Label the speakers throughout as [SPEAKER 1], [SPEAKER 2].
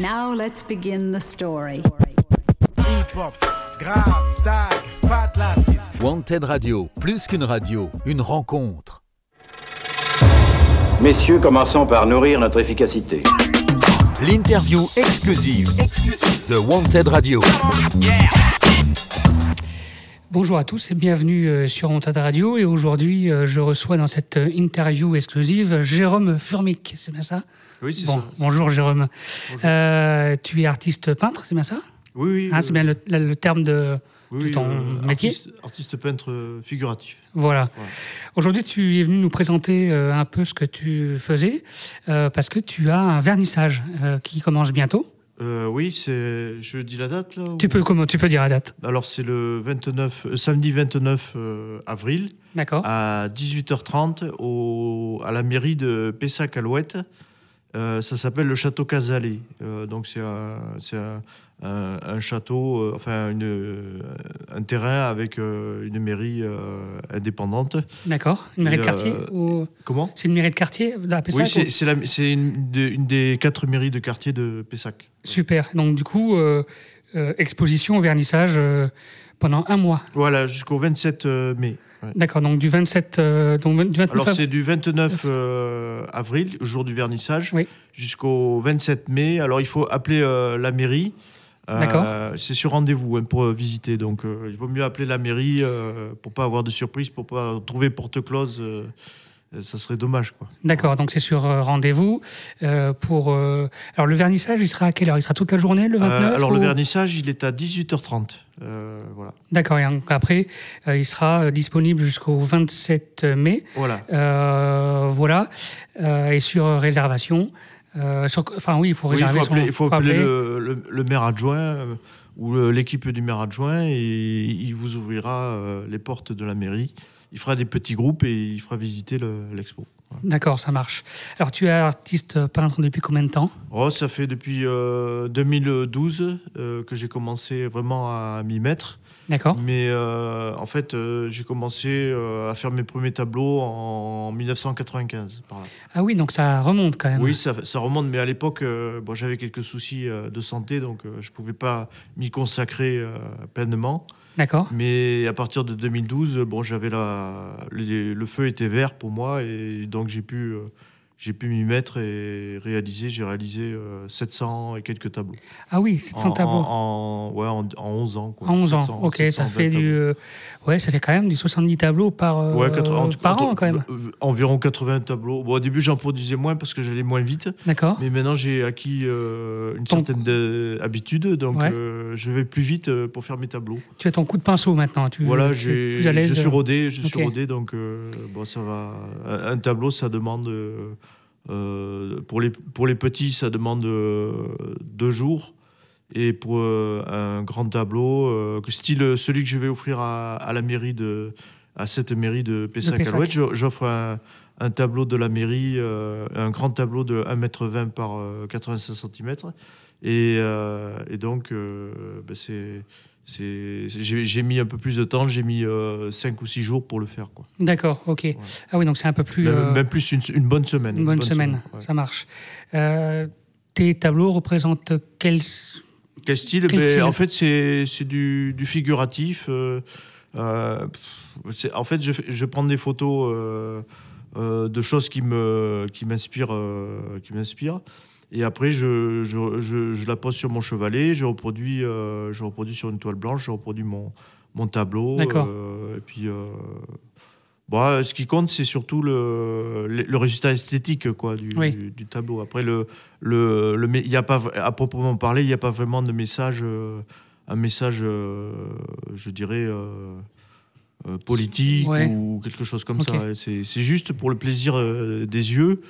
[SPEAKER 1] Now let's begin the story.
[SPEAKER 2] Hip-hop, grave, tag, fat l'assise.
[SPEAKER 3] Wanted Radio, plus qu'une radio, une rencontre.
[SPEAKER 4] Messieurs, commençons par nourrir notre efficacité.
[SPEAKER 3] L'interview exclusive, de Wanted Radio.
[SPEAKER 5] Bonjour à tous et bienvenue euh, sur Montata Radio. Et aujourd'hui, euh, je reçois dans cette euh, interview exclusive Jérôme Furmic, c'est bien ça
[SPEAKER 6] Oui, c'est
[SPEAKER 5] Bon,
[SPEAKER 6] ça.
[SPEAKER 5] Bonjour Jérôme. Euh, tu es artiste peintre, c'est bien ça
[SPEAKER 6] Oui, oui.
[SPEAKER 5] Hein,
[SPEAKER 6] oui,
[SPEAKER 5] C'est bien le, la- le terme de,
[SPEAKER 6] oui,
[SPEAKER 5] de
[SPEAKER 6] oui,
[SPEAKER 5] ton
[SPEAKER 6] euh,
[SPEAKER 5] métier
[SPEAKER 6] Artiste, artiste peintre euh, figuratif.
[SPEAKER 5] Voilà.
[SPEAKER 6] Ouais.
[SPEAKER 5] Aujourd'hui, tu es venu nous présenter euh, un peu ce que tu faisais, euh, parce que tu as un vernissage euh, qui commence bientôt.
[SPEAKER 6] Euh, oui, c'est. Je dis la date là. ou-
[SPEAKER 5] Tu, peux, comment, tu peux dire la date,
[SPEAKER 6] Alors c'est le 29, euh, samedi 29 euh, avril
[SPEAKER 5] d'accord
[SPEAKER 6] à 18h30 au, à la mairie de Pessac-Alouette. Euh, ça s'appelle le château Casalet. Euh, donc c'est un, c'est un- un- un château, euh, enfin une, euh, un terrain avec euh, une mairie euh, indépendante.
[SPEAKER 5] D'accord. Une mairie de
[SPEAKER 6] Et,
[SPEAKER 5] quartier
[SPEAKER 6] euh,
[SPEAKER 5] ou-
[SPEAKER 6] Comment
[SPEAKER 5] C'est une mairie de quartier de la
[SPEAKER 6] Oui,
[SPEAKER 5] Pessac, ou-
[SPEAKER 6] c'est c'est la- c'est une, de- une des quatre mairies de quartier de Pessac.
[SPEAKER 5] Super. Donc, du coup, euh, euh, exposition, vernissage euh, pendant un mois.
[SPEAKER 6] Voilà, jusqu'au 27 euh, mai. Ouais.
[SPEAKER 5] D'accord. Donc, du 27, euh, donc, du 29
[SPEAKER 6] Alors
[SPEAKER 5] av-
[SPEAKER 6] c'est du 29 euh, avril, jour du vernissage,
[SPEAKER 5] Oui.
[SPEAKER 6] jusqu'au 27 mai. Alors il faut appeler euh, la mairie. Euh,
[SPEAKER 5] D'accord.
[SPEAKER 6] c'est sur rendez-vous hein, pour euh, visiter, donc euh, il vaut mieux appeler la mairie euh, pour pas avoir de surprise, pour pas trouver porte close. euh, euh, ça serait dommage, quoi.
[SPEAKER 5] D'accord. Donc, c'est sur euh, rendez-vous. euh, pour, euh, Alors, le vernissage, il sera à quelle heure Il sera toute la journée, le
[SPEAKER 6] Euh,
[SPEAKER 5] 29
[SPEAKER 6] alors
[SPEAKER 5] ou-
[SPEAKER 6] le vernissage, il est à 18h30. Euh, voilà.
[SPEAKER 5] D'accord. Et donc, après, euh, il sera euh, disponible jusqu'au 27 mai.
[SPEAKER 6] Voilà.
[SPEAKER 5] Euh, voilà. Euh, et sur euh, réservation. euh, sur- Enfin, oui, il faut
[SPEAKER 6] Oui, il
[SPEAKER 5] réserver
[SPEAKER 6] faut
[SPEAKER 5] son-
[SPEAKER 6] appeler, il faut appeler
[SPEAKER 5] appeler.
[SPEAKER 6] le, le- le maire adjoint euh, ou euh, l'équipe du maire adjoint et il vous ouvrira euh, les portes de la mairie. Il fera des petits groupes et il fera visiter le- l'expo.
[SPEAKER 5] D'accord, ça marche. Alors, tu es artiste peintre depuis combien de temps
[SPEAKER 6] Oh, ça fait depuis euh, 2012 euh, que j'ai commencé vraiment à m'y mettre.
[SPEAKER 5] D'accord.
[SPEAKER 6] Mais euh, en fait, euh, j'ai commencé euh, à faire mes premiers tableaux en 1995. par là.
[SPEAKER 5] Ah oui, donc ça remonte quand même.
[SPEAKER 6] Oui, ça, ça remonte, mais à l'époque, euh, bon, j'avais quelques soucis euh, de santé, donc euh, je ne pouvais pas m'y consacrer euh, pleinement.
[SPEAKER 5] D'accord.
[SPEAKER 6] Mais à partir de 2012, bon, j'avais la, le, le feu était vert pour moi et donc j'ai pu, euh, j'ai pu m'y mettre et réaliser. J'ai réalisé euh, 700 et quelques tableaux.
[SPEAKER 5] Ah oui, 700
[SPEAKER 6] en,
[SPEAKER 5] tableaux. En,
[SPEAKER 6] En, en- ouais, en, en 11 ans. Quoi.
[SPEAKER 5] 11 ans,
[SPEAKER 6] 700,
[SPEAKER 5] ok, ça
[SPEAKER 6] 720
[SPEAKER 5] fait du,
[SPEAKER 6] tableaux.
[SPEAKER 5] euh, ouais, ça fait quand même du 70 tableaux par, euh,
[SPEAKER 6] Ouais, 80, en tout-
[SPEAKER 5] par
[SPEAKER 6] en
[SPEAKER 5] an
[SPEAKER 6] tout-
[SPEAKER 5] quand même.
[SPEAKER 6] euh, Environ 80 tableaux. Bon, au début, j'en produisais moins parce que j'allais moins vite.
[SPEAKER 5] D'accord.
[SPEAKER 6] Mais maintenant, j'ai acquis euh, une
[SPEAKER 5] Ton-
[SPEAKER 6] certaine de- habitude, donc
[SPEAKER 5] Ouais.
[SPEAKER 6] euh, je vais plus vite euh, pour faire mes tableaux.
[SPEAKER 5] Tu as ton coup de pinceau maintenant. Tu,
[SPEAKER 6] Voilà,
[SPEAKER 5] tu es
[SPEAKER 6] j'ai-
[SPEAKER 5] plus à l'aise,
[SPEAKER 6] je suis
[SPEAKER 5] euh,
[SPEAKER 6] rodé, je suis
[SPEAKER 5] ok.
[SPEAKER 6] rodé, donc euh, bon, ça va. Un, un tableau, ça demande euh, euh, pour les pour les petits, ça demande euh, deux jours, et pour euh, un grand tableau, euh, que style celui que je vais offrir à, à la mairie de à cette mairie de
[SPEAKER 5] Pessac.
[SPEAKER 6] Pessac-Alouette, je- j'offre un, un tableau de la mairie, euh, un grand tableau de 1,20 m par euh, 85 cm. Et, euh, et donc, euh, ben, c'est c'est- j'ai j'ai mis un peu plus de temps, j'ai mis 5 ou 6 jours pour le faire. Quoi.
[SPEAKER 5] D'accord, ok. Ah oui, donc c'est un peu plus.
[SPEAKER 6] Même,
[SPEAKER 5] euh,
[SPEAKER 6] même plus une, une bonne semaine.
[SPEAKER 5] une bonne semaine,
[SPEAKER 6] ouais.
[SPEAKER 5] ça marche. Euh, tes tableaux représentent quel.
[SPEAKER 6] Quel style,
[SPEAKER 5] Quel
[SPEAKER 6] Ben,
[SPEAKER 5] style
[SPEAKER 6] En fait, c'est c'est du, du figuratif. euh, euh, pff, c'est- en fait, je, fais- je prends des photos euh, euh, de choses qui me- qui m'inspirent. euh, qui m'inspirent. et après, je, je, je- je la pose sur mon chevalet, je reproduis, euh, je reproduis sur une toile blanche, je reproduis mon, mon tableau.
[SPEAKER 5] D'accord.
[SPEAKER 6] euh, et puis, euh, bah, ce qui compte, c'est surtout le, le, le résultat esthétique quoi, du,
[SPEAKER 5] Oui.
[SPEAKER 6] du- du tableau. Après, le, le, le, mé- il y a pas, v- à proprement parler, il n'y a pas vraiment de message, euh, un message, euh, je dirais, euh, euh, politique
[SPEAKER 5] Ouais.
[SPEAKER 6] ou quelque chose comme
[SPEAKER 5] Ok.
[SPEAKER 6] ça. C'est c'est juste pour le plaisir euh, des yeux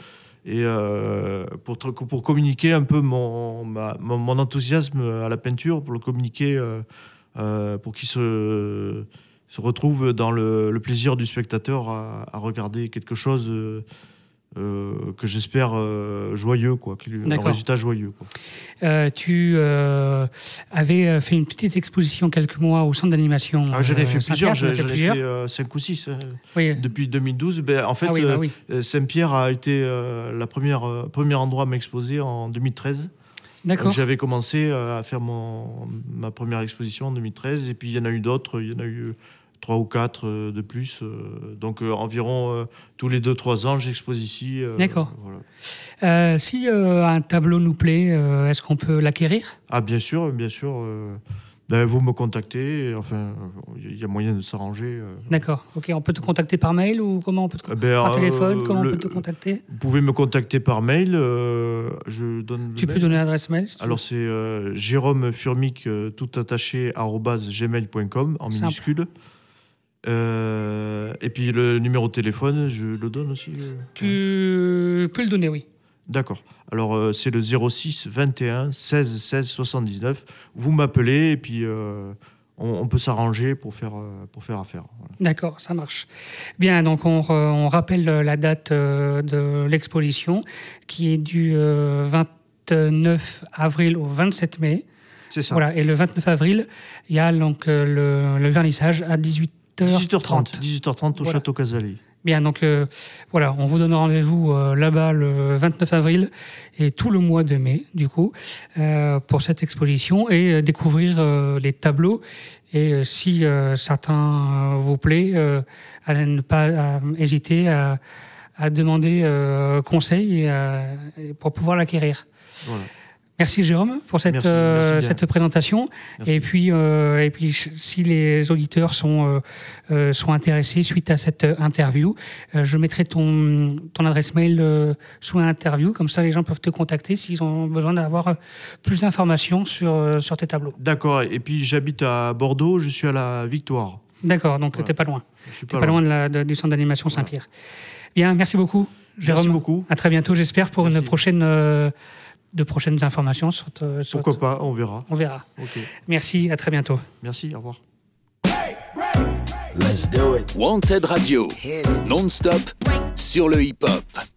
[SPEAKER 6] et euh, pour, tr- pour communiquer un peu mon, ma- mon, mon enthousiasme à la peinture, pour le communiquer, euh, euh, pour qu'il se, se retrouve dans le, le plaisir du spectateur à, à regarder quelque chose. euh, euh, que j'espère euh, joyeux, quoi, qu'il- un
[SPEAKER 5] D'accord.
[SPEAKER 6] résultat joyeux. Quoi.
[SPEAKER 5] Euh, tu euh, avais euh, fait une petite exposition quelques mois au centre d'animation.
[SPEAKER 6] Ah, j'en ai
[SPEAKER 5] euh,
[SPEAKER 6] fait
[SPEAKER 5] Saint-Pierre,
[SPEAKER 6] plusieurs,
[SPEAKER 5] tu en as
[SPEAKER 6] j'en
[SPEAKER 5] fait
[SPEAKER 6] j'en ai
[SPEAKER 5] plusieurs.
[SPEAKER 6] fait 5 ou 6
[SPEAKER 5] Oui.
[SPEAKER 6] depuis 2012. Ben, en fait,
[SPEAKER 5] ah oui, bah
[SPEAKER 6] euh,
[SPEAKER 5] oui.
[SPEAKER 6] Saint-Pierre a été euh, la première euh, premier endroit à m'exposer en 2013.
[SPEAKER 5] D'accord.
[SPEAKER 6] Donc, J'avais commencé euh, à faire mon, ma première exposition en 2013, et puis il y en a eu d'autres, il y en a eu euh, trois ou quatre euh, de plus. euh, donc euh, environ euh, tous les deux, trois ans, j'expose ici. euh,
[SPEAKER 5] D'accord.
[SPEAKER 6] voilà.
[SPEAKER 5] Euh, si euh, un tableau nous plaît, euh, est-ce qu'on peut l'acquérir
[SPEAKER 6] Ah bien sûr, bien sûr. euh, ben, vous me contactez, et, enfin, il y a moyen de s'arranger. euh.
[SPEAKER 5] D'accord. Ok, on peut te contacter par mail ou comment on peut te
[SPEAKER 6] Eh
[SPEAKER 5] contacter
[SPEAKER 6] ben,
[SPEAKER 5] Par
[SPEAKER 6] euh,
[SPEAKER 5] téléphone, comment
[SPEAKER 6] le-
[SPEAKER 5] on peut te contacter
[SPEAKER 6] Vous pouvez me contacter par mail. euh, je donne le
[SPEAKER 5] Tu peux
[SPEAKER 6] mail.
[SPEAKER 5] donner l'adresse mail si tu veux.
[SPEAKER 6] Alors c'est euh, Jérôme Furmic euh, tout attaché arobase gmail.com en
[SPEAKER 5] Simple.
[SPEAKER 6] minuscule. Euh, et puis le numéro de téléphone, je le donne aussi. euh.
[SPEAKER 5] Tu peux le donner, oui.
[SPEAKER 6] D'accord. Alors euh, c'est le 06 21 16 16 79. Vous m'appelez et puis euh, on, on peut s'arranger pour faire euh, pour faire affaire. Voilà.
[SPEAKER 5] D'accord, ça marche. Bien, donc on, re- on rappelle la date euh, de l'exposition qui est du euh, 29 avril au 27 mai.
[SPEAKER 6] C'est ça.
[SPEAKER 5] Voilà, et le 29 avril, il y a donc euh, le, le vernissage à 18h30.
[SPEAKER 6] 18h30. 18h30 au
[SPEAKER 5] Voilà.
[SPEAKER 6] château Casali.
[SPEAKER 5] Bien, donc euh, voilà, on vous donne rendez-vous euh, là-bas le 29 avril et tout le mois de mai, du coup, euh, pour cette exposition et euh, découvrir euh, les tableaux. Et euh, si euh, certains euh, vous plaît, euh, à ne pas à hésiter à, à demander euh, conseil et à- et pour pouvoir l'acquérir.
[SPEAKER 6] Voilà.
[SPEAKER 5] Merci Jérôme pour cette,
[SPEAKER 6] Merci, merci
[SPEAKER 5] euh,
[SPEAKER 6] bien.
[SPEAKER 5] cette présentation.
[SPEAKER 6] Merci.
[SPEAKER 5] Et puis, euh, et puis, ch- si les auditeurs sont, euh, euh, sont intéressés suite à cette euh, interview, euh, je mettrai ton, ton adresse mail euh, sous l'interview. Comme ça, les gens peuvent te contacter s'ils ont besoin d'avoir euh, plus d'informations sur, euh, sur tes tableaux.
[SPEAKER 6] D'accord. Et puis j'habite à Bordeaux. Je suis à la Victoire.
[SPEAKER 5] D'accord, donc
[SPEAKER 6] Voilà.
[SPEAKER 5] t'es pas loin.
[SPEAKER 6] Je suis
[SPEAKER 5] T'es pas loin de la- de- du centre d'animation
[SPEAKER 6] Voilà.
[SPEAKER 5] Saint-Pierre. Bien, merci beaucoup, Jérôme.
[SPEAKER 6] Merci beaucoup.
[SPEAKER 5] À très bientôt, j'espère, pour une
[SPEAKER 6] Merci.
[SPEAKER 5] prochaine, euh, de prochaines informations. Sur te- sur
[SPEAKER 6] Pourquoi
[SPEAKER 5] te-
[SPEAKER 6] pas On verra.
[SPEAKER 5] On verra.
[SPEAKER 6] Ok.
[SPEAKER 5] Merci, à très bientôt.
[SPEAKER 6] Merci. Au revoir.
[SPEAKER 7] Let's do it.
[SPEAKER 3] Wanted Radio, non-stop sur le hip-hop.